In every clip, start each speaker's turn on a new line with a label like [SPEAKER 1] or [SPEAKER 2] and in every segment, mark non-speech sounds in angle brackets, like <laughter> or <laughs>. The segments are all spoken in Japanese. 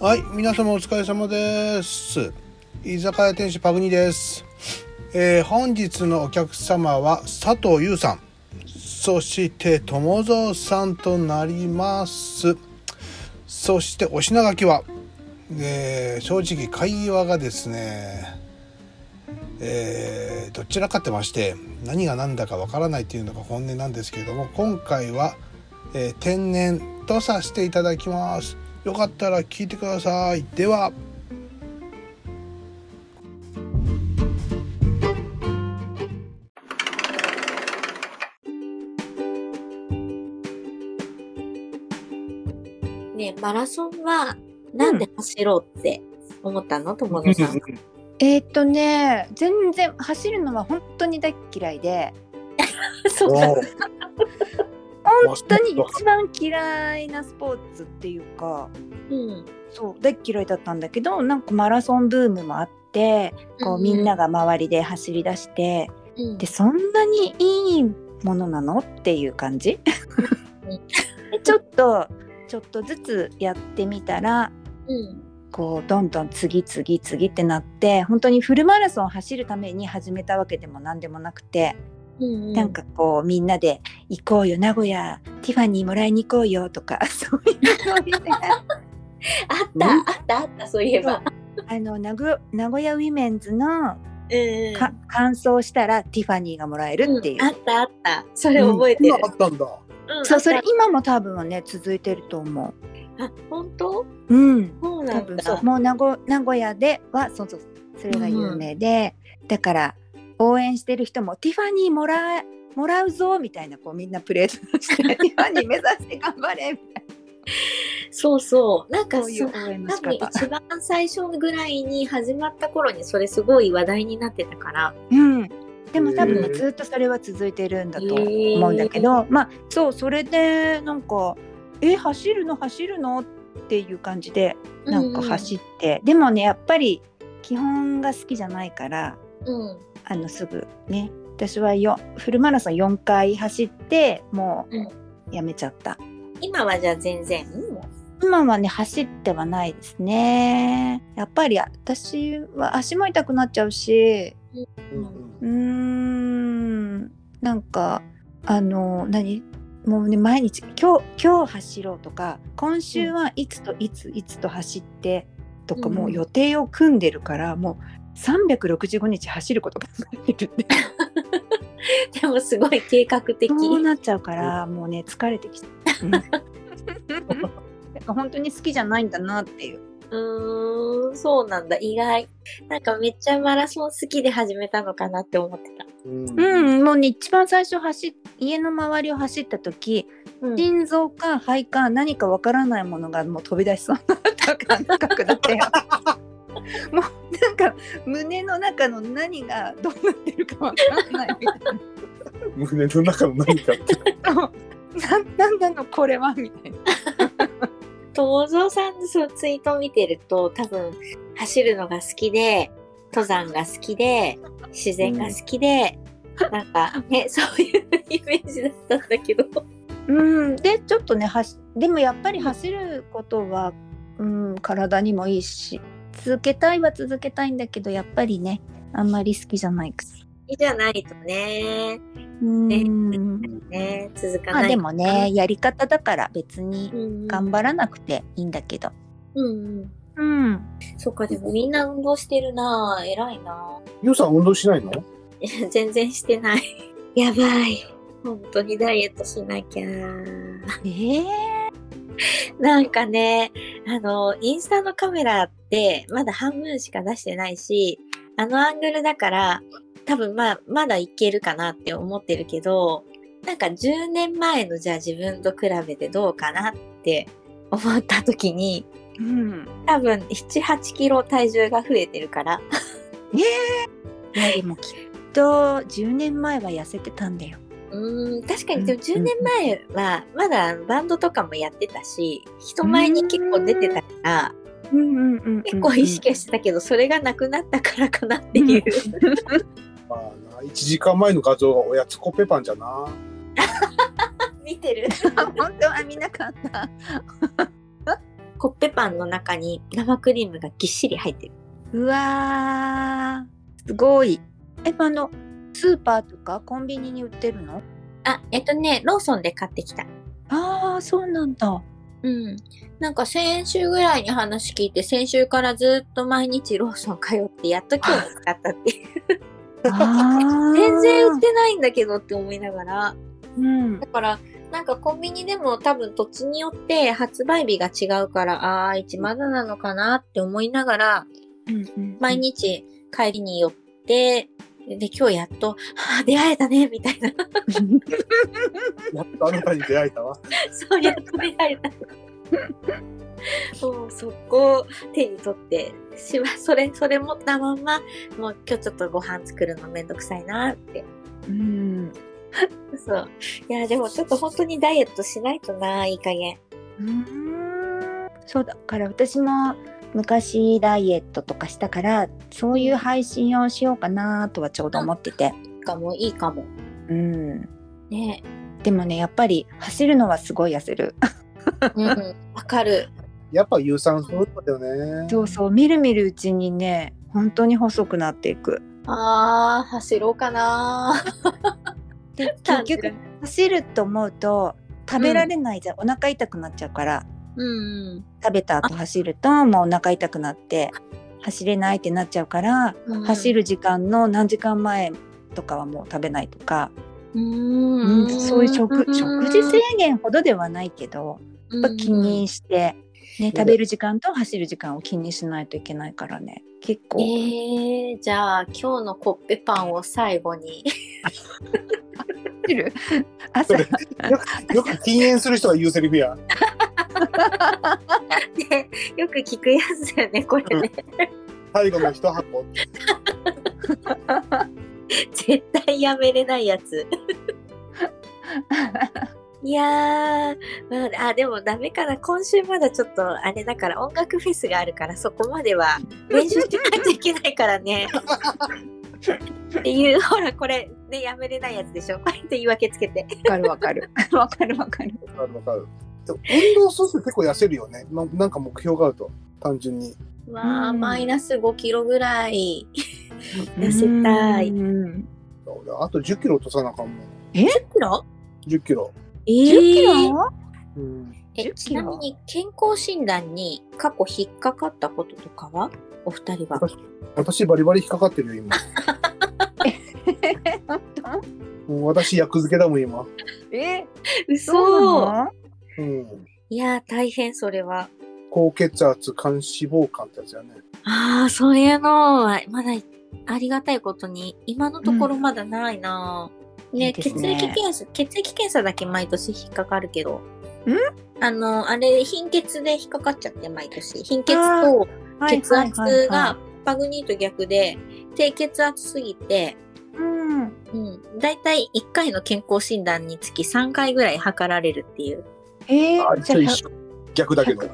[SPEAKER 1] はい、皆様お疲れ様です。居酒屋店主パグニです。えー本日のお客様は佐藤優さん、そして友蔵さんとなります。そしてお品書きは、えー正直会話がですね、えーどちらかってまして何が何だかわからないというのが本音なんですけれども今回は、えー天然とさせていただきますよかったら聞いてくださいでは
[SPEAKER 2] ねえマラソンはなんで走ろうって思ったの、友野さん。
[SPEAKER 3] えーっとね全然走るのは本当に大っ嫌い <laughs> で
[SPEAKER 2] そうか。
[SPEAKER 3] 本当に一番嫌いなスポーツっていうか
[SPEAKER 2] うん。
[SPEAKER 3] そう大っ嫌いだったんだけどなんかマラソンブームもあってこうみんなが周りで走り出して、
[SPEAKER 2] うん。
[SPEAKER 3] でそんなにいいものなのっていう感じ <laughs> でちょっとちょっとずつやってみたら
[SPEAKER 2] うん。
[SPEAKER 3] こうどんどん次々次ってなって本当にフルマラソンを走るために始めたわけでも何でもなくて。
[SPEAKER 2] うん。
[SPEAKER 3] なんかこうみんなで行こうよ名古屋ティファニーもらいに行こうよとか <laughs> そういうのを言って
[SPEAKER 2] あった、
[SPEAKER 1] う
[SPEAKER 2] あったあったそういえば。
[SPEAKER 3] あの名古名古屋ウィメンズの
[SPEAKER 2] うん
[SPEAKER 3] か完走したらティファニーがもらえるっていう、
[SPEAKER 2] あったあった。それ覚えてる
[SPEAKER 1] あ。ったんだ
[SPEAKER 2] うん
[SPEAKER 3] そうそれ
[SPEAKER 2] あっ
[SPEAKER 3] 今も多分はね続いてると思
[SPEAKER 2] たあ本当？
[SPEAKER 3] ううん
[SPEAKER 2] そうな
[SPEAKER 3] 多
[SPEAKER 2] ん
[SPEAKER 3] 分そ
[SPEAKER 2] だ
[SPEAKER 3] う。もう名古名古屋ではそうそうそれが有名で、だから応援してる人もティファニーもらもらうぞみたいなこうみんなプレート <laughs> してティファニー目指して頑張れみたい
[SPEAKER 2] そうそう。なん
[SPEAKER 3] な
[SPEAKER 2] か
[SPEAKER 3] そういう応援の
[SPEAKER 2] 多
[SPEAKER 3] 仕
[SPEAKER 2] 分
[SPEAKER 3] 方。
[SPEAKER 2] 一番最初ぐらいに始まった頃にそれすごい話題になってたから。
[SPEAKER 3] うん、でも多分
[SPEAKER 2] へ
[SPEAKER 3] ね
[SPEAKER 2] ー
[SPEAKER 3] ずっとそれは続いてるんだと思うんだけど、まあそうそれでなんか「え走るの走るの?」っていう感じでなんか走って、でもねやっぱり基本が好きじゃないから
[SPEAKER 2] うん。
[SPEAKER 3] あのすぐね私はよフルマラソン4回走っても
[SPEAKER 2] うん
[SPEAKER 3] うやめちゃった。
[SPEAKER 2] 今はじゃあ全然。も
[SPEAKER 3] 今はね走ってはないですねやっぱり私は足も痛くなっちゃうしうーんなんかあの何もうね毎日今日今日走ろうとか今週はいつといついつと走ってとか、
[SPEAKER 2] うん
[SPEAKER 3] もう予定を組んでるからもう365日走ることが考えてるね
[SPEAKER 2] う <laughs> でもすごい計画的。
[SPEAKER 3] そうなっちゃうからもうね疲れてきて。うんなんか本当に好きじゃないんだなっていう。
[SPEAKER 2] うーん、そうなんだ、意外。なんかめっちゃマラソン好きで始めたのかなって思ってた。
[SPEAKER 1] うん
[SPEAKER 3] うん、もうね一番最初走っ家の周りを走った時、
[SPEAKER 2] うん
[SPEAKER 3] 心臓か肺か何かわからないものがもう飛び出しそうになった感覚だったよ。もうなんか胸の中の何がどうなってるかわからないみたい
[SPEAKER 1] 胸の中の何かって
[SPEAKER 3] なもうな。なんなのこれはみたいな。
[SPEAKER 2] 友蔵さんのそのツイートを見てると、多分、走るのが好きで、登山が好きで、自然が好きで、なんかね、そういうイメージだったんだけど。
[SPEAKER 3] うん、でちょっとね走でもやっぱり走ることは、うん、体にもいいし続けたいは続けたいんだけどやっぱりねあんまり好きじゃないくせ。
[SPEAKER 2] いいじゃないとね、
[SPEAKER 3] うん
[SPEAKER 2] ね、続か
[SPEAKER 3] ま
[SPEAKER 2] ない。
[SPEAKER 3] あでもねやり方だから別
[SPEAKER 2] う
[SPEAKER 3] に
[SPEAKER 2] ん、
[SPEAKER 3] 頑張らなくていいんだけど
[SPEAKER 2] うんうん。
[SPEAKER 3] うん
[SPEAKER 2] そっか、でもみんな運動してるなぁ、偉いなぁ。
[SPEAKER 1] ゆうさん運動しないの
[SPEAKER 2] いや <laughs> 全然してない。やばい。本当にダイエットしなきゃ。 <laughs>
[SPEAKER 3] えー、
[SPEAKER 2] なんかね、あの、インスタのカメラってまだ半分しか出してないし、あのアングルだから、多分まあ、まだいけるかなって思ってるけど、なんか10年前のじゃあ自分と比べてどうかなって思った時に、
[SPEAKER 3] うん
[SPEAKER 2] 多分7、8キロ体重が増えてるから、
[SPEAKER 3] いやでもきっと10年前は痩せてたんだよ
[SPEAKER 2] <laughs> うーん確かに
[SPEAKER 3] うん
[SPEAKER 2] でも10年前はまだバンドとかもやってたし人前に結構出てたから
[SPEAKER 3] うんうんうん、
[SPEAKER 2] 結構意識はしてたけどそれがなくなったからかなって
[SPEAKER 3] <laughs>
[SPEAKER 2] いう
[SPEAKER 1] まあな1時間前の画像がおやつコッペパンじゃな
[SPEAKER 2] 見てる <laughs>
[SPEAKER 3] 本当は見なかった
[SPEAKER 2] コッペパンの中に生クリームがぎっしり入ってる。
[SPEAKER 3] うわーすごいえあのスーパーとかコンビニに売ってるの
[SPEAKER 2] あ、えっとね、ローソンで買ってきた。
[SPEAKER 3] ああそうなんだ
[SPEAKER 2] うん。なんか先週ぐらいに話聞いて、先週からずっと毎日ローソン通って、やっと今日使ったっていう。全
[SPEAKER 3] 全
[SPEAKER 2] 然売ってないんだけどって思いながら。
[SPEAKER 3] うん
[SPEAKER 2] だから、なんかコンビニでも多分土地によって発売日が違うから、あー、いまだなのかなって思いながら、毎日帰りに寄って、で、今日やっと、はあ、出会えたね、みたいな。 <laughs>
[SPEAKER 1] やっとあなたに出会えたわ。
[SPEAKER 2] そう、やっと出会えた。もう、そこを手に取って、しま、それ、それ持ったまんま、もう今日ちょっとご飯作るのめんどくさいなって。
[SPEAKER 3] うん
[SPEAKER 2] そう。いや、でもちょっと本当にダイエットしないとな、いい加減。
[SPEAKER 3] うんそうだから私も昔ダイエットとかしたからそういう配信をしようかなとはちょうど思ってて、
[SPEAKER 2] かも、いいかも。
[SPEAKER 3] うん、
[SPEAKER 2] ね。
[SPEAKER 3] でもねやっぱり走るのはすごい痩せる
[SPEAKER 2] うん。わかる。
[SPEAKER 1] やっぱ有酸素運動だよね。
[SPEAKER 3] そうそうみるみるうちにね本当に細くなっていく
[SPEAKER 2] あー、走ろうかな。
[SPEAKER 3] で
[SPEAKER 2] 単
[SPEAKER 3] 結
[SPEAKER 2] 純
[SPEAKER 3] 局走ると思うと食べられないじゃん、お腹痛くなっちゃうから
[SPEAKER 2] うん。
[SPEAKER 3] 食べた後走るともうお腹痛くなって走れないってなっちゃうから、
[SPEAKER 2] うん
[SPEAKER 3] 走る時間の何時間前とかはもう食べないとか、
[SPEAKER 2] うん
[SPEAKER 3] うんそういう食食事制限ほどではないけどやっぱ気にして、ね、食べる時間と走る時間を気にしないといけないからね結構、
[SPEAKER 2] えー、じゃあ今日のコッペパンを最後に
[SPEAKER 3] 走る <laughs> 朝
[SPEAKER 1] そよく禁煙する人が言うセリフや。
[SPEAKER 2] ね <laughs> よく聞くやつだよねこれね、
[SPEAKER 1] 最後の一
[SPEAKER 3] <laughs>
[SPEAKER 1] 箱。
[SPEAKER 2] 絶対やめれないや
[SPEAKER 3] <laughs>
[SPEAKER 2] ついやー、まあ、あでもダメかな今週まだちょっとあれだから音楽フェスがあるからそこまでは練習してないといけないからねっていうほらこれねやめれないやつでしょこうやって言い訳つけて
[SPEAKER 3] わかるわかるわかるわかる
[SPEAKER 1] わかるわかる。でも運動すると結構痩せるよね。ななんか目標があると。単純に。
[SPEAKER 2] まあ、
[SPEAKER 3] うん
[SPEAKER 2] マイナス5キロぐらい痩せたい
[SPEAKER 3] うん
[SPEAKER 1] 俺あと10キロ落とさなあかんもん。
[SPEAKER 2] 10キロ
[SPEAKER 1] 10キロ。
[SPEAKER 2] え
[SPEAKER 3] 10キ <laughs> ロ、
[SPEAKER 1] うん。
[SPEAKER 2] え
[SPEAKER 3] 10
[SPEAKER 2] ち
[SPEAKER 3] キ
[SPEAKER 2] な
[SPEAKER 3] ロ
[SPEAKER 2] みに健康診断に過去引っかかったこととかはお二人は
[SPEAKER 1] 私私バリバリ引っかかってるよ、今。
[SPEAKER 3] 本当
[SPEAKER 1] うん私役付けだもん、今。
[SPEAKER 3] えそう
[SPEAKER 2] 嘘
[SPEAKER 3] なの
[SPEAKER 1] うん。
[SPEAKER 2] いやー大変それは
[SPEAKER 1] 高血圧、肝脂肪肝ってやつやね。
[SPEAKER 2] ああそういうのはまだありがたいことに今のところまだないな、ね
[SPEAKER 3] いいです
[SPEAKER 2] 血
[SPEAKER 3] ね
[SPEAKER 2] 液検査血液検査だけ毎年引っかかるけど
[SPEAKER 3] ん
[SPEAKER 2] あのあれ貧血で引っかかっちゃって毎年貧血と血圧がパグニーと逆で低血圧すぎて
[SPEAKER 3] う
[SPEAKER 2] う
[SPEAKER 3] ん
[SPEAKER 2] ん、大体1回の健康診断につき3回ぐらい測られるっていう。
[SPEAKER 3] え
[SPEAKER 1] あ、
[SPEAKER 3] ー、
[SPEAKER 1] 一
[SPEAKER 3] じゃ
[SPEAKER 1] 緒
[SPEAKER 3] あ
[SPEAKER 1] 一緒。逆だけど。
[SPEAKER 2] そ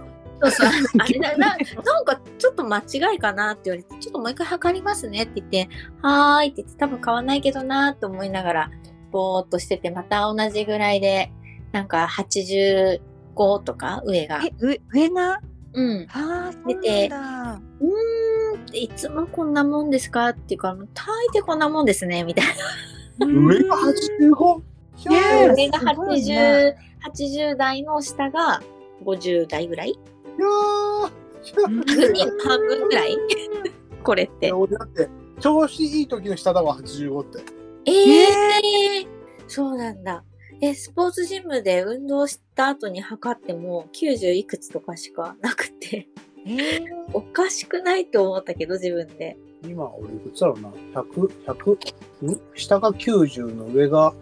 [SPEAKER 2] う
[SPEAKER 3] <laughs>
[SPEAKER 2] そう。あれな、ななんかちょっと間違いかなって言われて、ちょっともう一回測りますねって言って、はーいって言って、多分買わないけどなーと思いながら、ぼーっとしてて、また同じぐらいで、なんか85とか上が。
[SPEAKER 3] え上上が
[SPEAKER 2] うん。
[SPEAKER 3] あーそう
[SPEAKER 2] 出て
[SPEAKER 3] なんだ
[SPEAKER 2] うーん、いつもこんなもんですかっていうから、大抵こんなもんですね、みたいな。
[SPEAKER 1] 上が 85? ひゃ
[SPEAKER 3] ね
[SPEAKER 1] ー
[SPEAKER 3] え
[SPEAKER 2] 上が
[SPEAKER 3] すごい
[SPEAKER 2] 80、
[SPEAKER 3] ね
[SPEAKER 2] 80代の下が50代ぐら
[SPEAKER 3] <laughs>
[SPEAKER 2] い
[SPEAKER 1] いやーひゃー
[SPEAKER 2] 半分半分ぐらい <laughs> これっ
[SPEAKER 1] い
[SPEAKER 2] て
[SPEAKER 1] や。俺だって調子いい時の下だわ85って
[SPEAKER 2] ええそうなんだ。え、スポーツジムで運動した後に測っても90いくつとかしかなくて、 <laughs>
[SPEAKER 3] えー
[SPEAKER 2] おかしくないと思ったけど自分で。
[SPEAKER 1] 今俺いくつだろうな100100下が90の上が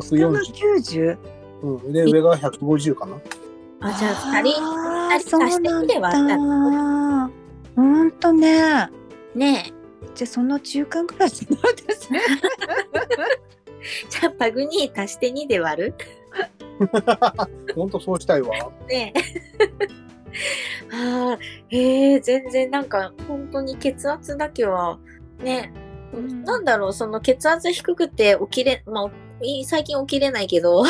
[SPEAKER 3] 下が
[SPEAKER 1] 140、
[SPEAKER 3] 90
[SPEAKER 1] うん、で上が150かな <laughs>
[SPEAKER 2] あ、じゃあ二人、
[SPEAKER 3] あ
[SPEAKER 2] 二
[SPEAKER 3] ー
[SPEAKER 2] 人足してくれば
[SPEAKER 3] そうなんだほんとねじゃ
[SPEAKER 2] ね
[SPEAKER 3] あその中間ぐらいじゃないですね
[SPEAKER 2] え、 <laughs> じゃあパグに足して2で割る
[SPEAKER 1] ほんとそうしたいわ
[SPEAKER 2] ねえ。 <laughs> ああ、ええ全然なんか本当に血圧だけはね、
[SPEAKER 3] うん
[SPEAKER 2] なんだろうその血圧低くて起きれまあい最近起きれないけど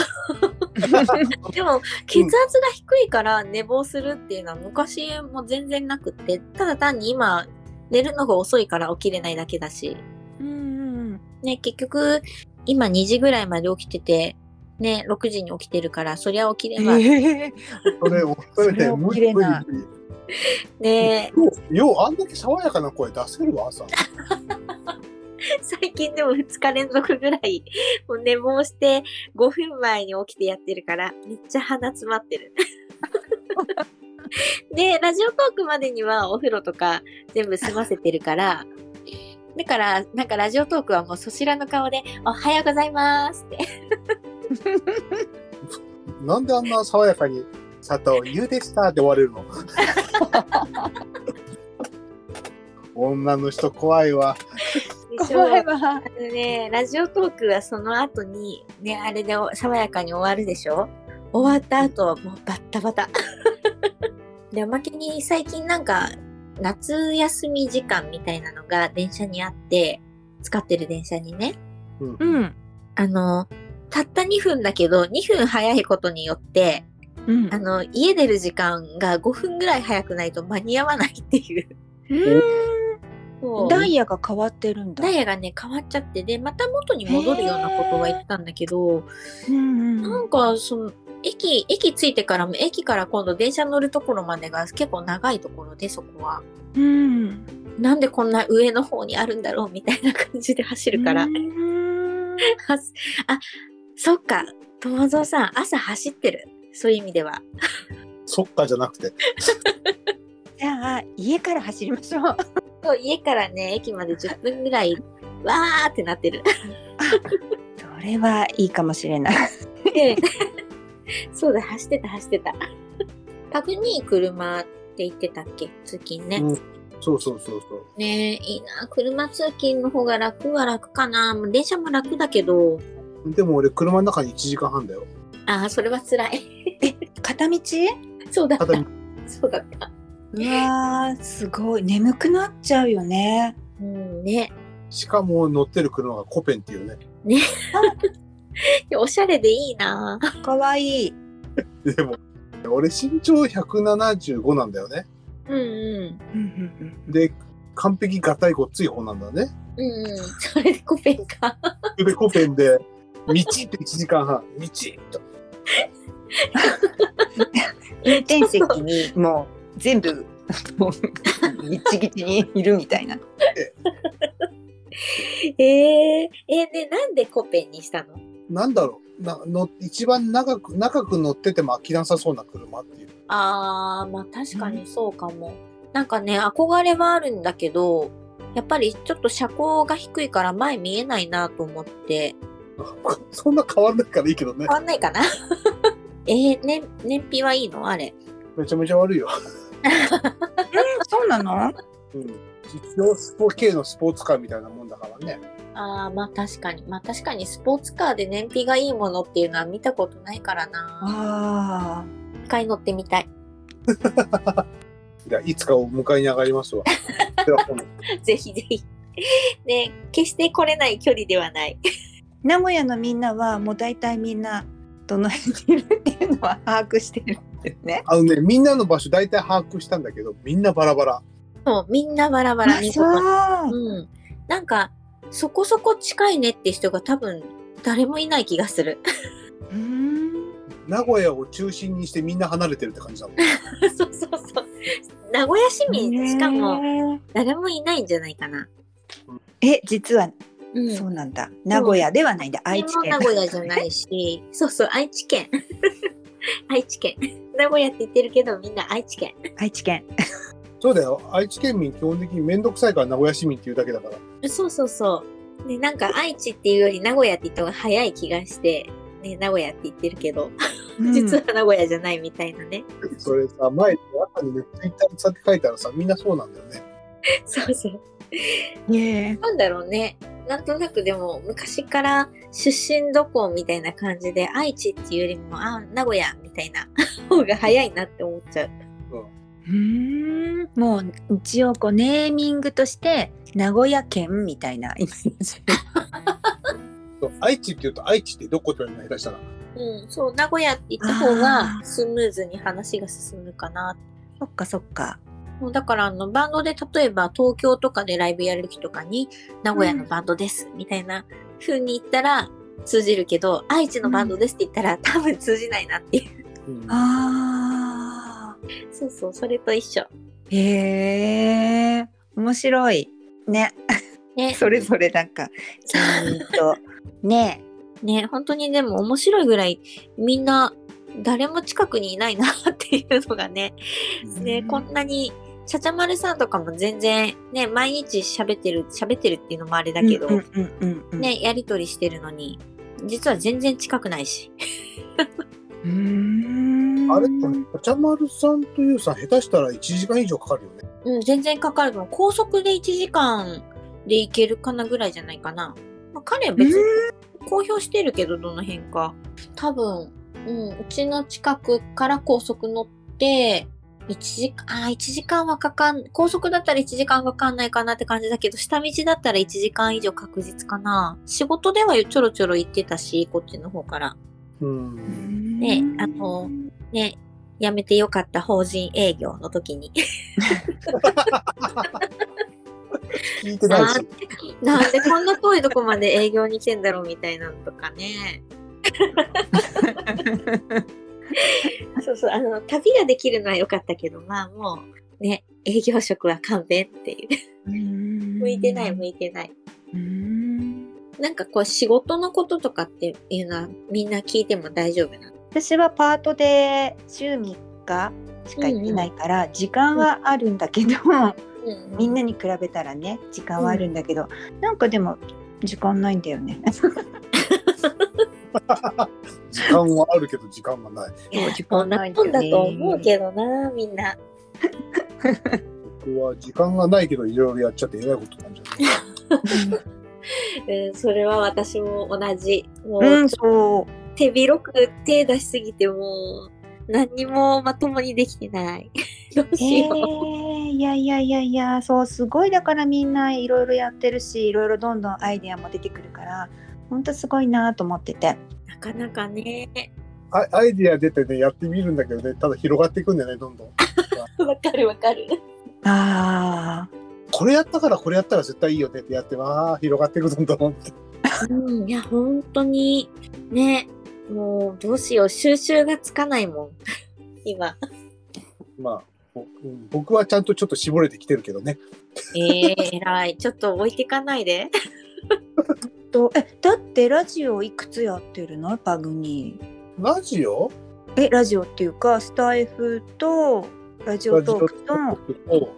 [SPEAKER 2] でも血圧が低いから寝坊するっていうのは昔も全然なくってただ単に今寝るのが遅いから起きれないだけだし、
[SPEAKER 3] うん
[SPEAKER 2] ね、結局今2時ぐらいまで起きてて、ね、6時に起きてるからそりゃ起き
[SPEAKER 3] う
[SPEAKER 2] れ
[SPEAKER 3] ん
[SPEAKER 2] ば、
[SPEAKER 3] え
[SPEAKER 1] それを含めて
[SPEAKER 3] それを
[SPEAKER 1] 無
[SPEAKER 3] 切
[SPEAKER 1] 理
[SPEAKER 3] れ
[SPEAKER 1] 無理
[SPEAKER 3] ない
[SPEAKER 1] 無理
[SPEAKER 2] ね
[SPEAKER 1] ようあんだけ爽やかな声出せるわ朝
[SPEAKER 3] <laughs>
[SPEAKER 2] 最近でも2日連続ぐらいもう寝坊して5分前に起きてやってるからめっちゃ鼻詰まってる。でラジオトークまでにはお風呂とか全部済ませてるからだからなんかラジオトークはもうそちらの顔で「おはようございます」って
[SPEAKER 1] なんであんな爽やかに「佐藤優でした」って終われる
[SPEAKER 3] <laughs>
[SPEAKER 1] の女の人怖いわ
[SPEAKER 2] でしょ
[SPEAKER 3] 怖いわ
[SPEAKER 2] あのねラジオトークはその後にねあれでお爽やかに終わるでしょ終わった後はもうバッタバタ <laughs> でおまけに最近なんか夏休み時間みたいなのが電車にあって使ってる電車にね
[SPEAKER 1] うん
[SPEAKER 3] うん
[SPEAKER 2] あのたった2分だけど2分早いことによって
[SPEAKER 3] うん
[SPEAKER 2] あの家出る時間が5分ぐらい早くないと間に合わないっていうそう
[SPEAKER 3] ダイヤが変わってるんだ
[SPEAKER 2] ダイヤがね変わっちゃってでまた元に戻るようなことは言ってたんだけど
[SPEAKER 3] うんう
[SPEAKER 2] なんんかその駅駅着いてからも駅から今度電車乗るところまでが結構長いところでそこは
[SPEAKER 3] うん
[SPEAKER 2] なんでこんな上の方にあるんだろうみたいな感じで走るから、
[SPEAKER 3] うん
[SPEAKER 2] あそっか友蔵さん朝走ってるそういう意味では
[SPEAKER 1] そっかじゃなくて
[SPEAKER 3] じゃあ家から走りましょう
[SPEAKER 2] そう家からね駅まで10分ぐらいわーってなってる
[SPEAKER 3] <laughs> それはいいかもしれない
[SPEAKER 2] でそうだ走ってた走ってた <laughs> パグに車って言ってたっけ通勤ね、
[SPEAKER 1] うんそうそうそうそう
[SPEAKER 2] ねえ、いいな。車通勤の方が楽は楽かな。もう電車も楽だけど。
[SPEAKER 1] でも俺車の中に1時間半だよ。
[SPEAKER 2] ああ、それは辛い。 <laughs>
[SPEAKER 3] 片道
[SPEAKER 2] そうだった
[SPEAKER 1] ただ。
[SPEAKER 2] そうだった。
[SPEAKER 3] うわーすごい眠くなっちゃうよね
[SPEAKER 2] うんね。 <laughs>
[SPEAKER 1] しかも乗ってる車がコペンっていうね。
[SPEAKER 2] いやおしゃれでいいな。 <laughs>
[SPEAKER 3] かわいい
[SPEAKER 1] でも俺身長175なんだよね。
[SPEAKER 2] うんうん。
[SPEAKER 3] うん
[SPEAKER 1] で完璧がたいごっつい方なんだね。
[SPEAKER 2] うんうん。 <laughs> それでコペンか。 <laughs>
[SPEAKER 1] でコペンで道って1時間半道と
[SPEAKER 3] 運転席にもう全部 <laughs> もうギチギチにいるみたいな
[SPEAKER 2] えー、えー、で、なんでコペンにしたの
[SPEAKER 1] なんだろうなの一番長く長く乗ってても飽きなさそうな車っていう。 <laughs>
[SPEAKER 2] ああ、まあ確かにそうかも。なんかね、憧れはあるんだけど、やっぱりちょっと車高が低いから前見えないなと思って。
[SPEAKER 1] そんな変わんないからいいけどね
[SPEAKER 2] 変。わんないか <laughs> なえー、ね、燃費はいいのあれ。
[SPEAKER 1] めちゃめちゃ悪いよ。
[SPEAKER 3] そうなの
[SPEAKER 1] うん。実用スポ系のスポーツカーみたいなもんだからね。
[SPEAKER 2] ああ、まあ確かに。まあ確かにスポーツカーで燃費がいいものっていうのは見たことないからな。
[SPEAKER 3] あ
[SPEAKER 2] 一回乗ってみたい。 <laughs>
[SPEAKER 1] いやいつかお迎えに上がりますわ。では今度
[SPEAKER 2] ぜひぜひ。 <laughs> ね、決して来れない距離ではない。 <laughs>
[SPEAKER 3] ー名古屋のみんなはもう大体みんなどの辺にいるっていうのは把握してるんですね。
[SPEAKER 1] あのね、みんなの場所大体把握したんだけど、みんなバラバラ。
[SPEAKER 2] そう、みんなバラバラ見事に
[SPEAKER 3] う。
[SPEAKER 2] うん。なんか、そこそこ近いねって人が多分誰もいない気がする。 <laughs>
[SPEAKER 3] うん
[SPEAKER 1] 名古屋を中心にしてみんな離れてるって感じだもん。
[SPEAKER 2] そうそうそう。名古屋市民、しかも誰もいないんじゃないかな。
[SPEAKER 3] え実は
[SPEAKER 2] うん。
[SPEAKER 3] そうなんだ、名古屋ではないんだ愛知県
[SPEAKER 2] 名古屋じゃないし、そうそう、愛知県。 <laughs> 愛知県。 <laughs> 名古屋って言ってるけど、みんな愛知県。
[SPEAKER 3] 愛知県
[SPEAKER 1] そうだよ。愛知県民基本的に面倒くさいから名古屋市民っていうだけだから。
[SPEAKER 2] そうそうそう。ね、なんか愛知っていうより名古屋って言った方が早い気がして、ね、名古屋って言ってるけど、実は名古屋じゃないみたいなね。 <laughs>
[SPEAKER 1] それさ、前に赤にね、ツイッターにさって書いたらさ、みんなそうなんだよね。
[SPEAKER 2] そうそう。
[SPEAKER 3] うんね
[SPEAKER 2] なんだろうね。なんとなくでも、昔から出身どこみたいな感じで、愛知っていうよりも、あ、名古屋みたいな <laughs> 方が早いなって思っちゃう。
[SPEAKER 3] えうんもう一応こうネーミングとして名古屋県み
[SPEAKER 2] <laughs>
[SPEAKER 3] たいなイメージ
[SPEAKER 1] そう愛知って言うと愛知ってどこって言われるの下手したら。
[SPEAKER 2] うん、そう、名古屋って行った方がスムーズに話が進むかな。
[SPEAKER 3] そっかそっか。
[SPEAKER 2] もうだからあの、バンドで例えば東京とかでライブやる時とかに、名古屋のバンドです、みたいな風に言ったら通じるけど、愛知のバンドですって言ったら多分通じないなっていう。 <laughs>
[SPEAKER 1] うん
[SPEAKER 3] ああ。
[SPEAKER 2] そうそう、それと一緒。
[SPEAKER 3] へえ。面白い。ね。
[SPEAKER 2] ね、
[SPEAKER 3] それぞれなんか。ちゃんと。ね
[SPEAKER 2] ね、本当にでも面白いぐらい、みんな誰も近くにいないなっていうのがね、ね、
[SPEAKER 3] うん
[SPEAKER 2] こんなに、ちゃちゃまるさんとかも全然ね、毎日喋ってる、喋ってるっていうのもあれだ
[SPEAKER 3] え。
[SPEAKER 2] けど、
[SPEAKER 3] うんうんうんうん。。
[SPEAKER 2] ね、やりとりしてるのに、実は全然近くないし。
[SPEAKER 3] うーん。
[SPEAKER 1] あれだね、お茶丸さんとゆうさん、下手したら1時間以上かかるよね。
[SPEAKER 2] うん、全然かかるの。高速で1時間で行けるかなぐらいじゃないかな。まあ、彼は別に公表してるけど、どの辺か。多分、うん、うちの近くから高速乗って、1時間、あー、1時間はかかん、高速だったら1時間かかんないかなって感じだけど、下道だったら1時間以上確実かな。仕事ではちょろちょろ行ってたし、こっちの方から。
[SPEAKER 1] う。
[SPEAKER 3] うんん
[SPEAKER 2] ねあのね、辞めてよかった法人営業の時に。
[SPEAKER 1] 聞いてない
[SPEAKER 2] な
[SPEAKER 1] し
[SPEAKER 2] ん。で <laughs> なんでこんな遠いとこまで営業に来てんだろうみたいなのとかね。そうそう、あの、旅ができるのは良かったけど、まあもう、ね、営業職は勘弁っていう。向
[SPEAKER 3] 向
[SPEAKER 2] いてない、向いてない。
[SPEAKER 3] うーん
[SPEAKER 2] なんかこう、仕事のこととかっていうのはみんな聞いても大丈夫なの。
[SPEAKER 3] 私はパートで週3日しか行ってないから、時間はあるんだけど、
[SPEAKER 2] うん
[SPEAKER 3] みんなに比べたらね時間はあるんだけど、なんかでも時間ないんだよね <laughs>
[SPEAKER 1] 時間はあるけど、時間がない。
[SPEAKER 3] 時
[SPEAKER 2] こん
[SPEAKER 3] 間
[SPEAKER 2] な
[SPEAKER 3] ない
[SPEAKER 2] もんだと思うけどな、みんな。
[SPEAKER 1] 僕は時間がないけど、いろいろやっちゃって、えらいことになんじゃない。
[SPEAKER 2] うん、それは私も同じ。もう、
[SPEAKER 3] うんそ
[SPEAKER 2] 手広く手出しすぎてもう何にもまともにできてない。 <laughs> どう
[SPEAKER 3] うへ
[SPEAKER 2] し
[SPEAKER 3] え
[SPEAKER 2] よう。
[SPEAKER 3] いやいやいやいやそうすごいだからみんないろいろやってるしいろいろどんどんアイデアも出てくるからほんとすごいなと思ってて
[SPEAKER 2] なかなかね。
[SPEAKER 1] <laughs> あアイディア出てね、やってみるんだけどね、ただ広がっていくんだよね、どんどん。
[SPEAKER 2] <laughs> わかるわかる。
[SPEAKER 3] あー
[SPEAKER 1] これやったから、これやったら絶対いいよねってやって、わあ、広がっていく、どんどんって。
[SPEAKER 2] うん、いや、本当に、ね、もうどうしよう。収集がつかないもん。今。
[SPEAKER 1] まあ、ぼうん僕はちゃんとちょっと絞れてきてるけどね。
[SPEAKER 2] えー、偉い。ちょっと置いてかないで。
[SPEAKER 3] とえだってラジオいくつやってるのパグニー
[SPEAKER 1] ラジオ
[SPEAKER 3] えラジオっていうかスタイフとラジオ
[SPEAKER 1] ラジオ
[SPEAKER 3] トー
[SPEAKER 1] ト
[SPEAKER 3] クと
[SPEAKER 1] ークと、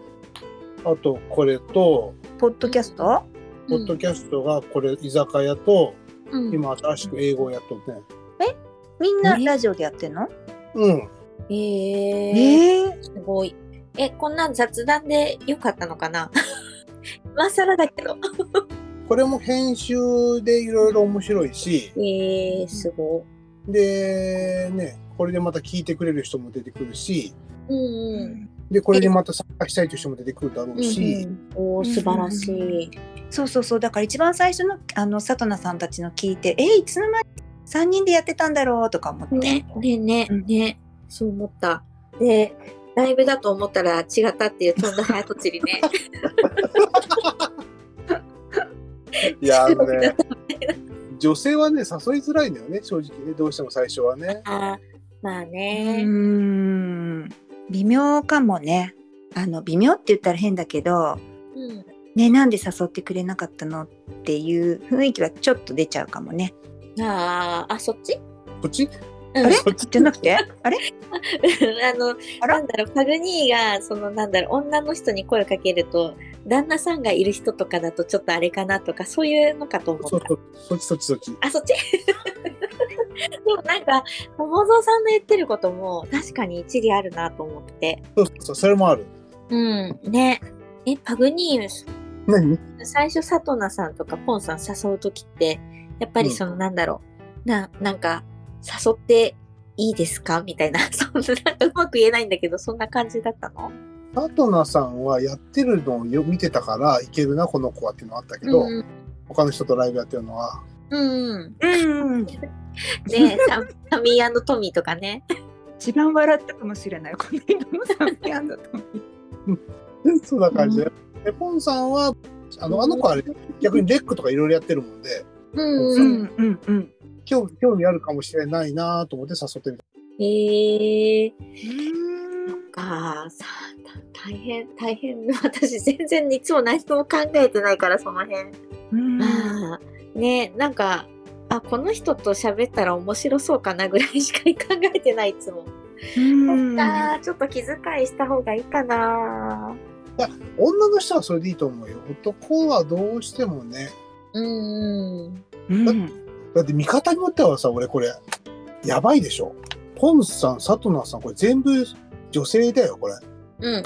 [SPEAKER 1] あとこれと、
[SPEAKER 3] ポッドキャスト
[SPEAKER 1] ポッドキャストがこれ、居酒屋と、
[SPEAKER 2] うん、
[SPEAKER 1] 今新しく英語をやっとるね。
[SPEAKER 3] みんな
[SPEAKER 2] ね
[SPEAKER 3] ラジオでやってんの
[SPEAKER 1] うん。
[SPEAKER 2] え
[SPEAKER 3] え
[SPEAKER 2] ー、
[SPEAKER 3] ー、
[SPEAKER 2] すごい。え、こんな雑談でよかったのか <laughs> な今更だけど。
[SPEAKER 1] これも編集でいろいろ面白いし、
[SPEAKER 2] えー、すご
[SPEAKER 1] で、ね、これでまた聞いてくれる人も出てくるし、
[SPEAKER 2] い。うんうん。
[SPEAKER 1] で、これでまた参加したいという人も出てくるだろう
[SPEAKER 2] う
[SPEAKER 1] し、
[SPEAKER 2] ん、おー素晴らしい。
[SPEAKER 3] そうそうそうだから一番最初のあの佐藤奈さんたちの聞いてえいつの間に3人でやってたんだろうとか思って、
[SPEAKER 2] ね、ね、ね、
[SPEAKER 3] うん
[SPEAKER 2] ね、そう思った。で、ライブだと思ったら違ったっていう、とんだ早とちりね。
[SPEAKER 1] いや、あのね、女性はね、誘いづらいんだよね、正直ね、どうしても最初はね。
[SPEAKER 2] <laughs> あーまあ
[SPEAKER 3] う
[SPEAKER 2] ね。
[SPEAKER 3] ーん微妙かもねあの微妙って言ったら変だけど
[SPEAKER 2] うん、
[SPEAKER 3] ねなんで誘ってくれなかったのっていう雰囲気はちょっと出ちゃうかもね
[SPEAKER 2] あーあ、そっち <laughs>
[SPEAKER 1] こっち
[SPEAKER 2] うん
[SPEAKER 1] あれそっち
[SPEAKER 3] じゃなくてあれ
[SPEAKER 2] あの、
[SPEAKER 3] あら
[SPEAKER 2] なんだろう、パグニーが、その、なんだろう、女の人に声をかけると、旦那さんがいる人とかだとちょっとあれかなとか、そういうのかと思った。
[SPEAKER 1] そうそうそっちそっちそっち。
[SPEAKER 2] あ、そっち <laughs> でもなんか、友蔵さんの言ってることも、確かに一理あるなと思って。
[SPEAKER 1] そうそうそう、それもある。
[SPEAKER 2] うん、ね。え、パグニー、
[SPEAKER 1] 何
[SPEAKER 2] 最初、サトナさんとかポンさん誘うときって、やっぱりその、なんだろう、な、なんか、誘っていいですかみたいな、 <laughs> そんな、なんかうまく言えないんだけど、そんな感じだったの
[SPEAKER 1] パトナさんはやってるのをよ見てたから、いけるな、この子はっていうのはあったけど、
[SPEAKER 2] うん
[SPEAKER 1] 他の人とライブやってるのは、
[SPEAKER 2] うんうん。
[SPEAKER 3] うん、
[SPEAKER 2] <laughs> ねえ、ササミートミーとかね。
[SPEAKER 3] 一番笑ったかもしれない。この間もサンピアンだと思う。
[SPEAKER 1] そんな感じで。で、ポンさんは、あの、あの子はあれ逆にレックとかいろいろやってるもんで、
[SPEAKER 2] うん
[SPEAKER 3] う
[SPEAKER 2] うん。
[SPEAKER 3] んうんうん。
[SPEAKER 1] 興味興味あるかもしれないなと思って誘ってみた。
[SPEAKER 2] へえ。
[SPEAKER 3] う
[SPEAKER 2] ああ、さ大変、大変。 <laughs> 私、全然いつも何も考えてないから、その辺。
[SPEAKER 3] ん
[SPEAKER 2] ああ、ねえ、なんか、あ、この人と喋ったら面白そうかなぐらいしか考えてない、いつも。
[SPEAKER 3] うん
[SPEAKER 2] ああ、ちょっと気遣いした方がいいかな。
[SPEAKER 1] 女の人はそれでいいと思うよ。男はどうしてもね。
[SPEAKER 2] うんうん。
[SPEAKER 3] うん
[SPEAKER 1] だって味方によってはさ、俺これ、やばいでしょ。ポンさん、佐藤奈さん、これ全部女性だよ、これ。
[SPEAKER 2] <laughs> うん。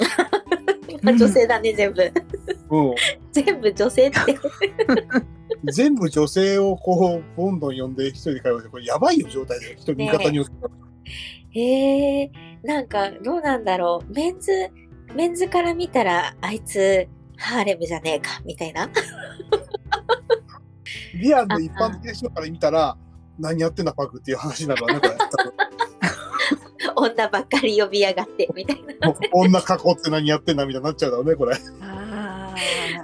[SPEAKER 2] まあ女性だね、全部。 <laughs>
[SPEAKER 1] う
[SPEAKER 2] 全部女性って。
[SPEAKER 1] ん。全部女性をこう、どんどん呼んで一人で会話して、これやばいよ、状態だよ。人、味方によっては。
[SPEAKER 2] <laughs> へえ、なんかどうなんだろう。メンズ、メンズから見たら、あいつ、ハーレムじゃねえか、みたいな。 <laughs>
[SPEAKER 1] リアルの一般的な人から見たら、何やってんだ、パクっていう話なのはね、これ。 <laughs>
[SPEAKER 2] 女ばっかり呼びやがって、みたい
[SPEAKER 1] 多
[SPEAKER 2] な。
[SPEAKER 1] 分女囲って何やってんだ、みたいになっちゃうだろうね、これ。
[SPEAKER 3] あ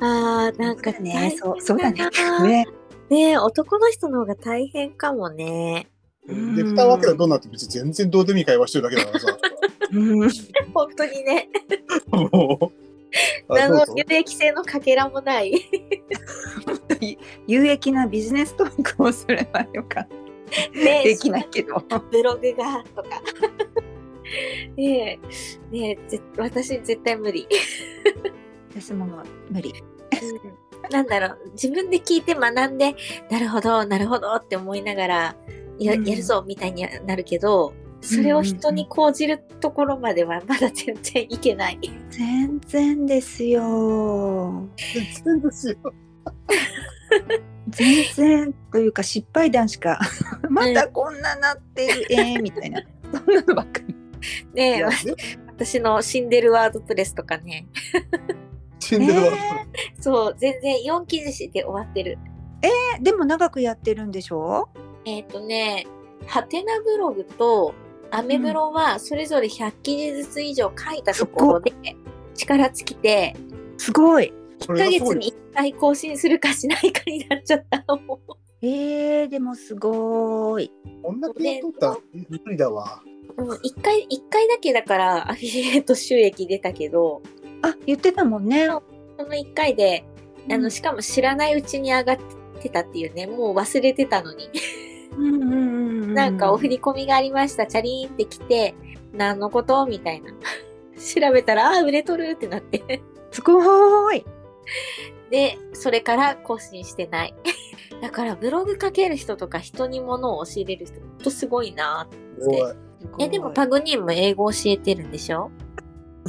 [SPEAKER 2] ああ、
[SPEAKER 3] ー
[SPEAKER 2] なんか
[SPEAKER 3] ね、そ
[SPEAKER 2] 大
[SPEAKER 3] う
[SPEAKER 2] 変
[SPEAKER 3] そうだね。
[SPEAKER 2] ね
[SPEAKER 3] ね。
[SPEAKER 2] ねえ男の人の方が大変かもね。
[SPEAKER 3] うん
[SPEAKER 1] で、蓋を開けたらどうなって別に全然どうでもいい会話してるだけだからさ。
[SPEAKER 2] <laughs>
[SPEAKER 3] うん
[SPEAKER 2] 本当にね。
[SPEAKER 1] もう。あ
[SPEAKER 2] 何
[SPEAKER 1] ど
[SPEAKER 2] の
[SPEAKER 1] うぞ
[SPEAKER 2] 有益性のかけらも <laughs> ない。
[SPEAKER 3] 有益なビジネストークをすればよかった。
[SPEAKER 2] ねえ
[SPEAKER 3] できないけど。
[SPEAKER 2] ブログが、とか。 <laughs> ねえ、ねえ、ぜ私絶対無理。
[SPEAKER 3] 私も無理。
[SPEAKER 2] なんだろう自分で聞いて学んでなるほどなるほどって思いながらや,、
[SPEAKER 3] うん
[SPEAKER 2] やるぞみたいになるけどそれを人に講じるところまではまだ全然いけない。
[SPEAKER 3] 全然ですよ。
[SPEAKER 1] 全然ですよ。
[SPEAKER 3] 全然というか失敗談しかまたこんななってる、えーみたいなそんなのばっかり
[SPEAKER 2] ね
[SPEAKER 1] い
[SPEAKER 2] え
[SPEAKER 1] や
[SPEAKER 2] 私の死んでるワードプレスとかね
[SPEAKER 1] 死んでるわ。
[SPEAKER 2] そう全然4記事で終わってる。
[SPEAKER 3] えでも長くやってるんでしょ
[SPEAKER 2] えっ、とねハテナブログとアメブロはそれぞれ100記事ずつ以上書いたところで力尽きて
[SPEAKER 3] すごい
[SPEAKER 1] そ
[SPEAKER 2] 1
[SPEAKER 1] れ
[SPEAKER 2] ヶ
[SPEAKER 1] がす
[SPEAKER 2] 月
[SPEAKER 1] ごい
[SPEAKER 2] に1回更新するかしないかになっちゃった。もう
[SPEAKER 3] えー、でもすごい
[SPEAKER 1] 女系取ったら無理だわ。
[SPEAKER 2] うん、一回、一回だけだからアフィリエイト収益出たけど、
[SPEAKER 3] あ言ってたもんね
[SPEAKER 2] その一回で、あ
[SPEAKER 3] う
[SPEAKER 2] の、
[SPEAKER 3] ん
[SPEAKER 2] しかも知らないうちに上がってたっていうね、もう忘れてたのに。
[SPEAKER 3] うんうんうんうん
[SPEAKER 2] なんかお振り込みがありました、チャリーンって来て、何のことみたいな。 <laughs> 調べたら、ああ、売れとるってなって。
[SPEAKER 3] すごい
[SPEAKER 2] で、それから更新してない。 <laughs> だからブログ書ける人とか人に物を教えれる人、ほんとすごいなぁ
[SPEAKER 1] すごい
[SPEAKER 2] え、でもパグニーも英語教えてるんでしょ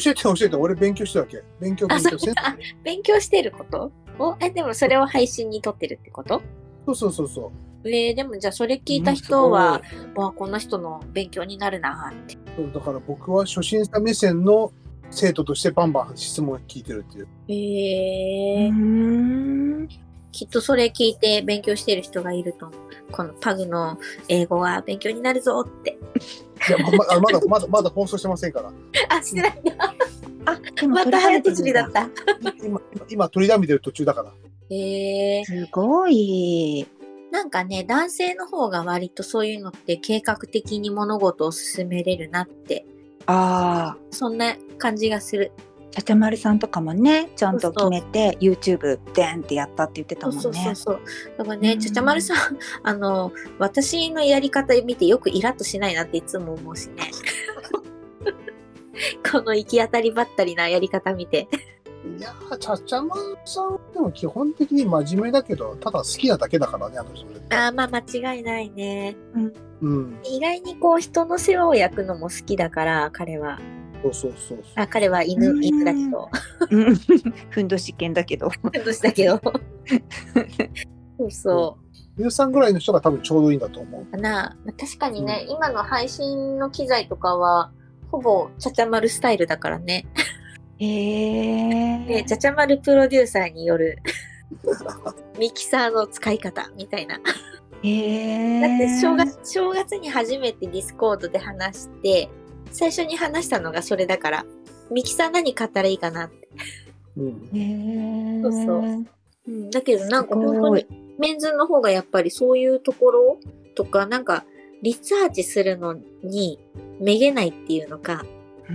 [SPEAKER 1] 教えて教えて、俺勉強してたわけ。勉強
[SPEAKER 2] あ、
[SPEAKER 1] 勉
[SPEAKER 2] そ
[SPEAKER 1] 強
[SPEAKER 2] う
[SPEAKER 1] せん
[SPEAKER 2] あ勉強してることをえ、でもそれを配信に撮ってるってこと
[SPEAKER 1] そうそうそうそう。
[SPEAKER 2] えー、でもじゃあそれ聞いた人は、わあこの人の勉強になるなって。
[SPEAKER 1] そうだから僕は初心者目線の生徒としてバンバン質問聞いてるっていう。
[SPEAKER 2] へえ
[SPEAKER 3] うーん
[SPEAKER 2] きっとそれ聞いて勉強してる人がいると思う。このパグの英語は勉強になるぞって。
[SPEAKER 1] いやま <laughs> まあまだまだまだ放送してませんから。
[SPEAKER 2] あ、してないんだ。
[SPEAKER 3] あでも
[SPEAKER 2] ま
[SPEAKER 3] 取り
[SPEAKER 2] た
[SPEAKER 3] 入
[SPEAKER 2] 早
[SPEAKER 3] れ
[SPEAKER 2] と
[SPEAKER 3] てる
[SPEAKER 2] ち
[SPEAKER 3] ん
[SPEAKER 2] りだった。
[SPEAKER 1] 今今今取りだめてる途中だから。
[SPEAKER 2] へえ
[SPEAKER 3] すごい
[SPEAKER 2] なんかね、男性の方が割とそういうのって計画的に物事を進めれるなって、
[SPEAKER 3] ああ
[SPEAKER 2] そんな感じがする。
[SPEAKER 3] 茶々丸さんとかもねちゃんと決めて YouTube でんってやったって言ってた
[SPEAKER 2] そう
[SPEAKER 3] もんね
[SPEAKER 2] そうそうそう。だからね、
[SPEAKER 3] うん
[SPEAKER 2] ちゃちゃまるさん、 <laughs> あの、私のやり方見てよくイラッとしないなっていつも思うし <laughs> ね。この行き当たりばったりなやり方見て。
[SPEAKER 1] いやー、ちゃちゃまんさんでも基本的に真面目だけど、ただ好きなだけだからね、あの人。
[SPEAKER 2] ああ、まあ間違いないね。
[SPEAKER 1] うん。
[SPEAKER 2] 意外にこう人の世話を焼くのも好きだから、彼は。
[SPEAKER 1] そうそうそうそう。
[SPEAKER 2] あ、彼は犬
[SPEAKER 3] う、ん
[SPEAKER 2] 犬だけ <laughs> ど。
[SPEAKER 3] うん <laughs> ふんどし犬だけど。
[SPEAKER 2] どしたけど。そうそう。
[SPEAKER 1] ゆうさんぐらいの人が多分ちょうどいいんだと思う。
[SPEAKER 2] かな。まあ確かにね、今の配信の機材とかは、ほぼちゃちゃまるスタイルだからね。
[SPEAKER 3] へえ。
[SPEAKER 2] ね、ちゃち <laughs> ゃまるプロデューサーによるミキサーの使い方みたいな。
[SPEAKER 3] へえ
[SPEAKER 2] だって正月正月に初めてディスコードで話して最初に話したのがそれだからミキさん何買ったらいいかなって、
[SPEAKER 1] うん
[SPEAKER 3] へえ
[SPEAKER 2] そうそううん、だけどなんか本
[SPEAKER 3] す
[SPEAKER 2] 当
[SPEAKER 3] ご
[SPEAKER 2] に
[SPEAKER 3] い
[SPEAKER 2] メンズの方がやっぱりそういうところとかなんかリサーチするのにめげないっていうのかこう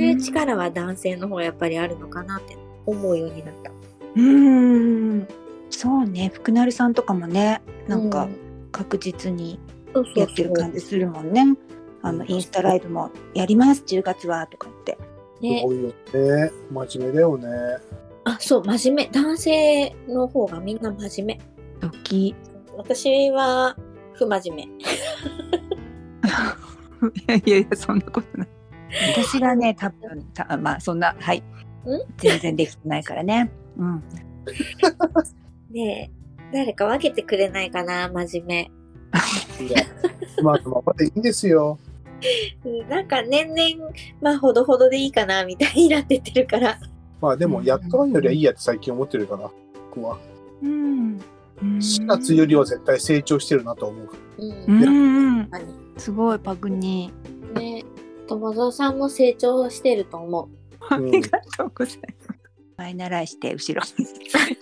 [SPEAKER 2] いう力は男性の方がやっぱりあるのかなって思うようになった。
[SPEAKER 3] うんそうね福成さんとかもねなんか
[SPEAKER 2] う
[SPEAKER 3] 確実に
[SPEAKER 2] そうそうそう
[SPEAKER 3] やってる感じするもんね、あのインスタライブもやります10月はとか言って
[SPEAKER 1] す
[SPEAKER 2] ね
[SPEAKER 1] ごいよね真面目だよね
[SPEAKER 2] あそう真面目男性の方がみんな真面目
[SPEAKER 3] ドキ <laughs>
[SPEAKER 2] 私は不真面目
[SPEAKER 3] いやいやいやそんなことない私がね多分たまあそんなはい全然できてないからねうん
[SPEAKER 2] ねえ誰か分けてくれないかな真面
[SPEAKER 1] いや <laughs> 今のままでいいんですよ
[SPEAKER 2] 目うんなんか年々まあほどほどでいいかなみたいになってってるから
[SPEAKER 1] まあでもやっとんよりはいいやって最近思ってるから僕は
[SPEAKER 3] うん
[SPEAKER 1] 4月よりは絶対成長してるなと
[SPEAKER 2] <laughs>
[SPEAKER 1] 思うから
[SPEAKER 2] う
[SPEAKER 3] うんん
[SPEAKER 2] 確
[SPEAKER 3] うん
[SPEAKER 2] かに
[SPEAKER 3] すごいパグニ
[SPEAKER 2] ね友蔵さんも成長してると
[SPEAKER 3] <laughs>
[SPEAKER 2] 思う
[SPEAKER 3] ーあ
[SPEAKER 1] うん
[SPEAKER 3] りがとうございます <laughs> 前習いして後ろ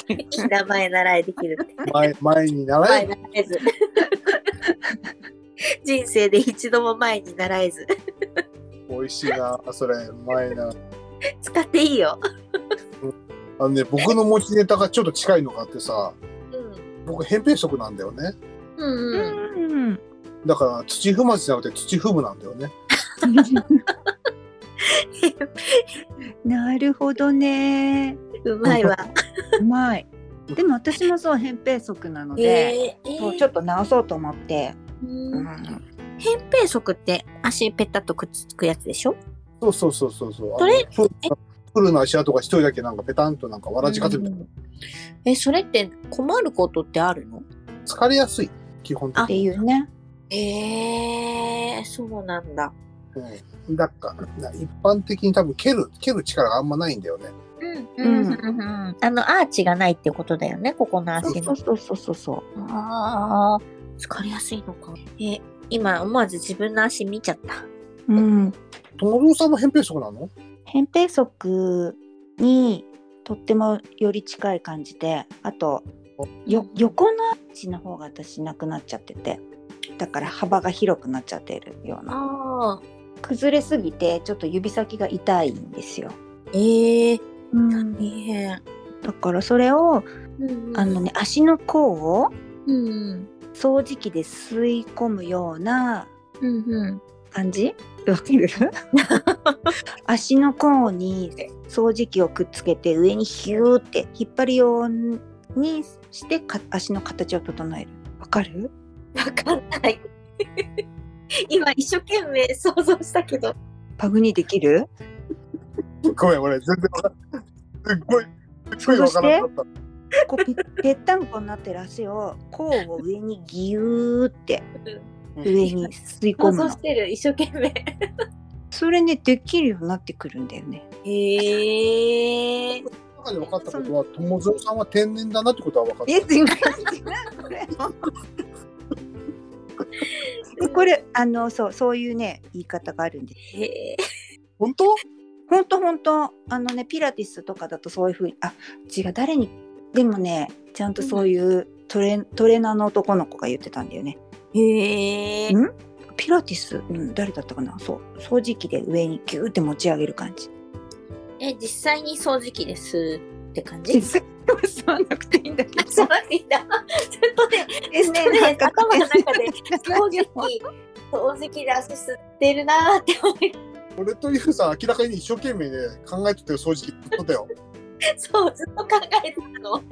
[SPEAKER 3] に
[SPEAKER 2] いい名前習いできるって
[SPEAKER 1] 前前に習
[SPEAKER 2] 前
[SPEAKER 1] え
[SPEAKER 2] 習えず <laughs> 人生で一度も前に習えず <laughs>
[SPEAKER 1] 美味しいなそれ前な
[SPEAKER 2] 使っていいよ
[SPEAKER 1] あのね僕の持ちネタがちょっと近いのがあってさ
[SPEAKER 2] うん
[SPEAKER 1] 僕扁平足なんだよね
[SPEAKER 2] うんうん
[SPEAKER 3] うん
[SPEAKER 1] だから土踏まずじゃなくて土踏むなんだよね
[SPEAKER 3] <laughs> なるほどね。
[SPEAKER 2] うまいわ。
[SPEAKER 3] うまい。でも私もそう扁平足なので、
[SPEAKER 2] えー
[SPEAKER 3] そうちょっと直そうと思って、
[SPEAKER 2] う
[SPEAKER 3] うんん、
[SPEAKER 2] 扁平足って足ペタッとくっつくやつでしょ
[SPEAKER 1] そうそうそうそうそう
[SPEAKER 2] そ
[SPEAKER 1] あ
[SPEAKER 2] れ
[SPEAKER 1] のプールプールの足跡が一人だけなんかペタンとなんかわらじかつみたいな、
[SPEAKER 2] うんえ、それって困ることってあるの
[SPEAKER 1] 疲れやすい基本的
[SPEAKER 3] っ
[SPEAKER 1] に、
[SPEAKER 3] ていうね。
[SPEAKER 2] えー、そうなんだ。
[SPEAKER 1] うん、だから一般的に多分蹴る蹴る力があんまないんだよね
[SPEAKER 2] うん、
[SPEAKER 3] うん
[SPEAKER 2] うん、うん。あの、アーチがないってことだよね、ここの
[SPEAKER 3] そう
[SPEAKER 2] 足
[SPEAKER 3] そ
[SPEAKER 2] の
[SPEAKER 3] う。そうそうそうそ
[SPEAKER 2] ああ、疲れやすいのか。え、今思わず自分の足見ちゃった。
[SPEAKER 3] う。うん。
[SPEAKER 1] 友蔵さんも扁平足なの <laughs>
[SPEAKER 3] 扁平足にとってもより近い感じで、あとよ横のアーチの方が私なくなっちゃってて、だから幅が広くなっちゃってるような。
[SPEAKER 2] ああ。
[SPEAKER 3] 崩れすぎてちょっと指先が痛いんですよ。
[SPEAKER 2] ええー、
[SPEAKER 3] うん
[SPEAKER 2] 大変。
[SPEAKER 3] だからそれを
[SPEAKER 2] うんうん
[SPEAKER 3] あのね足の甲を
[SPEAKER 2] うんうん。
[SPEAKER 3] 掃除機で吸い込むような
[SPEAKER 2] うんうん。
[SPEAKER 3] 感じわかる <laughs> 足の甲に掃除機をくっつけて上にヒューって引っ張るようにしてか足の形を整えるわかる
[SPEAKER 2] わかんない。 <laughs> 今一生懸命想像したけど。
[SPEAKER 3] パグにできる
[SPEAKER 1] ごめん俺全然わかんないすっごいすっごいわからなかっ
[SPEAKER 3] こうぺぺったんこになってる足を甲を上にギューって上に吸い込
[SPEAKER 2] 想
[SPEAKER 3] む
[SPEAKER 2] 像
[SPEAKER 3] の
[SPEAKER 2] してる、一生懸命。 <laughs>
[SPEAKER 3] それねできるようになってくるんだよね
[SPEAKER 2] へえ。
[SPEAKER 1] た中で分かったことは友蔵さんは天然だなってことは分かった
[SPEAKER 3] え違う違うこれこれあのそうそういうね言い方があるんで
[SPEAKER 2] へえ。
[SPEAKER 1] 本当
[SPEAKER 3] 本当本当あのねピラティスとかだとそういうふうにあ違う誰にでもねちゃんとそういうトレトレーナーの男の子が言ってたんだよね
[SPEAKER 2] へえ。
[SPEAKER 3] んピラティス、うん、誰だったかなそう掃除機で上にギューって持ち上げる感じ
[SPEAKER 2] え、実際に掃除機ですって感じ。
[SPEAKER 3] 実際は吸わなくていいんだけ
[SPEAKER 2] あ、そうなんだ。ちょっとね、
[SPEAKER 3] です
[SPEAKER 2] ねなんか頭の中で掃除機
[SPEAKER 3] で、
[SPEAKER 2] 掃除機で足吸ってるなーって思い。
[SPEAKER 1] 俺とユウさん明らかに一生懸命ね考えてたよ正直言ってたよ
[SPEAKER 2] そう、ずっと考えてたの。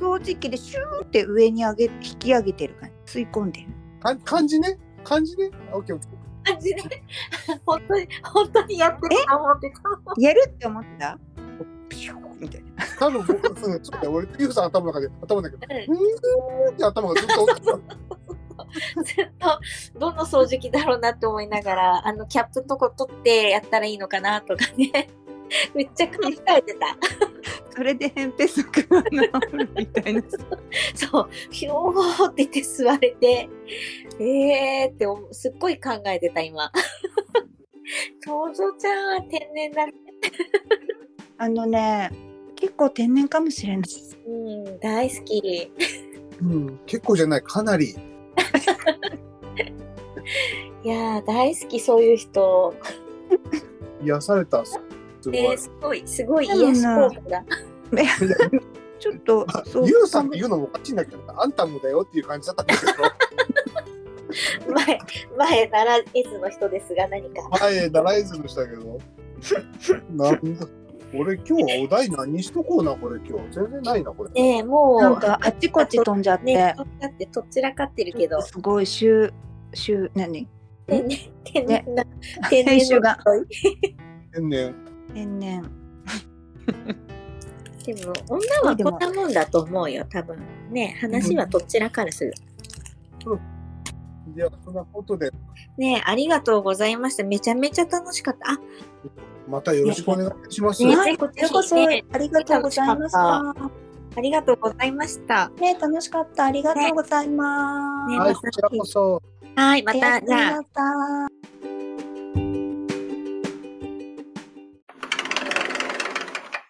[SPEAKER 3] 掃除機でシューって上に上げ引き上げてる感じ吸い込
[SPEAKER 2] <laughs>
[SPEAKER 3] んでる
[SPEAKER 1] か漢字ね漢字ねあオッケーオッケー
[SPEAKER 2] 感じで。本当に、本当にやってると思ってた。
[SPEAKER 3] やるって思ったピューみたいな
[SPEAKER 1] 多分僕そうそうだよ俺とユウさん頭の中で頭の中で
[SPEAKER 2] う
[SPEAKER 1] うーんって頭がずっと起きてた
[SPEAKER 2] ずっとどの掃除機だろうなって思いながらあのキャップのとこ取ってやったらいいのかなとかねめっちゃ考えてた。
[SPEAKER 3] それで扁平足が治るみたいな。
[SPEAKER 2] そう、ひょーって言って座れて、えーって思うすっごい考えてた、今。 <laughs> 想像ちゃんは天然だね。
[SPEAKER 3] あのね、結構天然かもしれない。
[SPEAKER 2] うん、大好き。
[SPEAKER 1] うん、結構じゃないかなり
[SPEAKER 2] いやー、大好き、そういう人。
[SPEAKER 1] 癒されたすごい、
[SPEAKER 2] ね、すごい、すごい癒し効果だ。
[SPEAKER 3] ちょっと
[SPEAKER 1] まあ、 <laughs>
[SPEAKER 3] そう
[SPEAKER 1] ゆうさんって言うのもおかしいんだけどあんたもだよっていう感じだったんだけど
[SPEAKER 2] 前、前ならいつの人ですが、何か。
[SPEAKER 1] 前ダライズの人だけどなんだ俺今日お題何しとこうなこれ今日全然ないなこれ
[SPEAKER 2] ねえ、もう、
[SPEAKER 3] なんかあっちこっち飛んじゃって、
[SPEAKER 2] ね、だってとっちらかってるけど、
[SPEAKER 3] すごい週週何
[SPEAKER 2] 天然、天
[SPEAKER 3] ね
[SPEAKER 2] 然な、天然
[SPEAKER 3] 編集が
[SPEAKER 2] の人
[SPEAKER 1] 天然
[SPEAKER 3] 天然
[SPEAKER 2] でも、女はこんなもんだと思うよ、多分。ねえ話はとっちらからする。
[SPEAKER 1] いやそんなことで
[SPEAKER 2] ねえありがとうございました。めちゃめちゃ楽しかった。あ、
[SPEAKER 1] またよろしくお願いします、
[SPEAKER 2] ね
[SPEAKER 3] はいこちらこそあ
[SPEAKER 2] ね
[SPEAKER 3] りがとうございました
[SPEAKER 2] ありがとうございました。
[SPEAKER 3] ね楽しかったありがとうございます、
[SPEAKER 2] ね
[SPEAKER 1] はいこちらこそ
[SPEAKER 2] はい、また、じゃあ。
[SPEAKER 3] ありがとうございました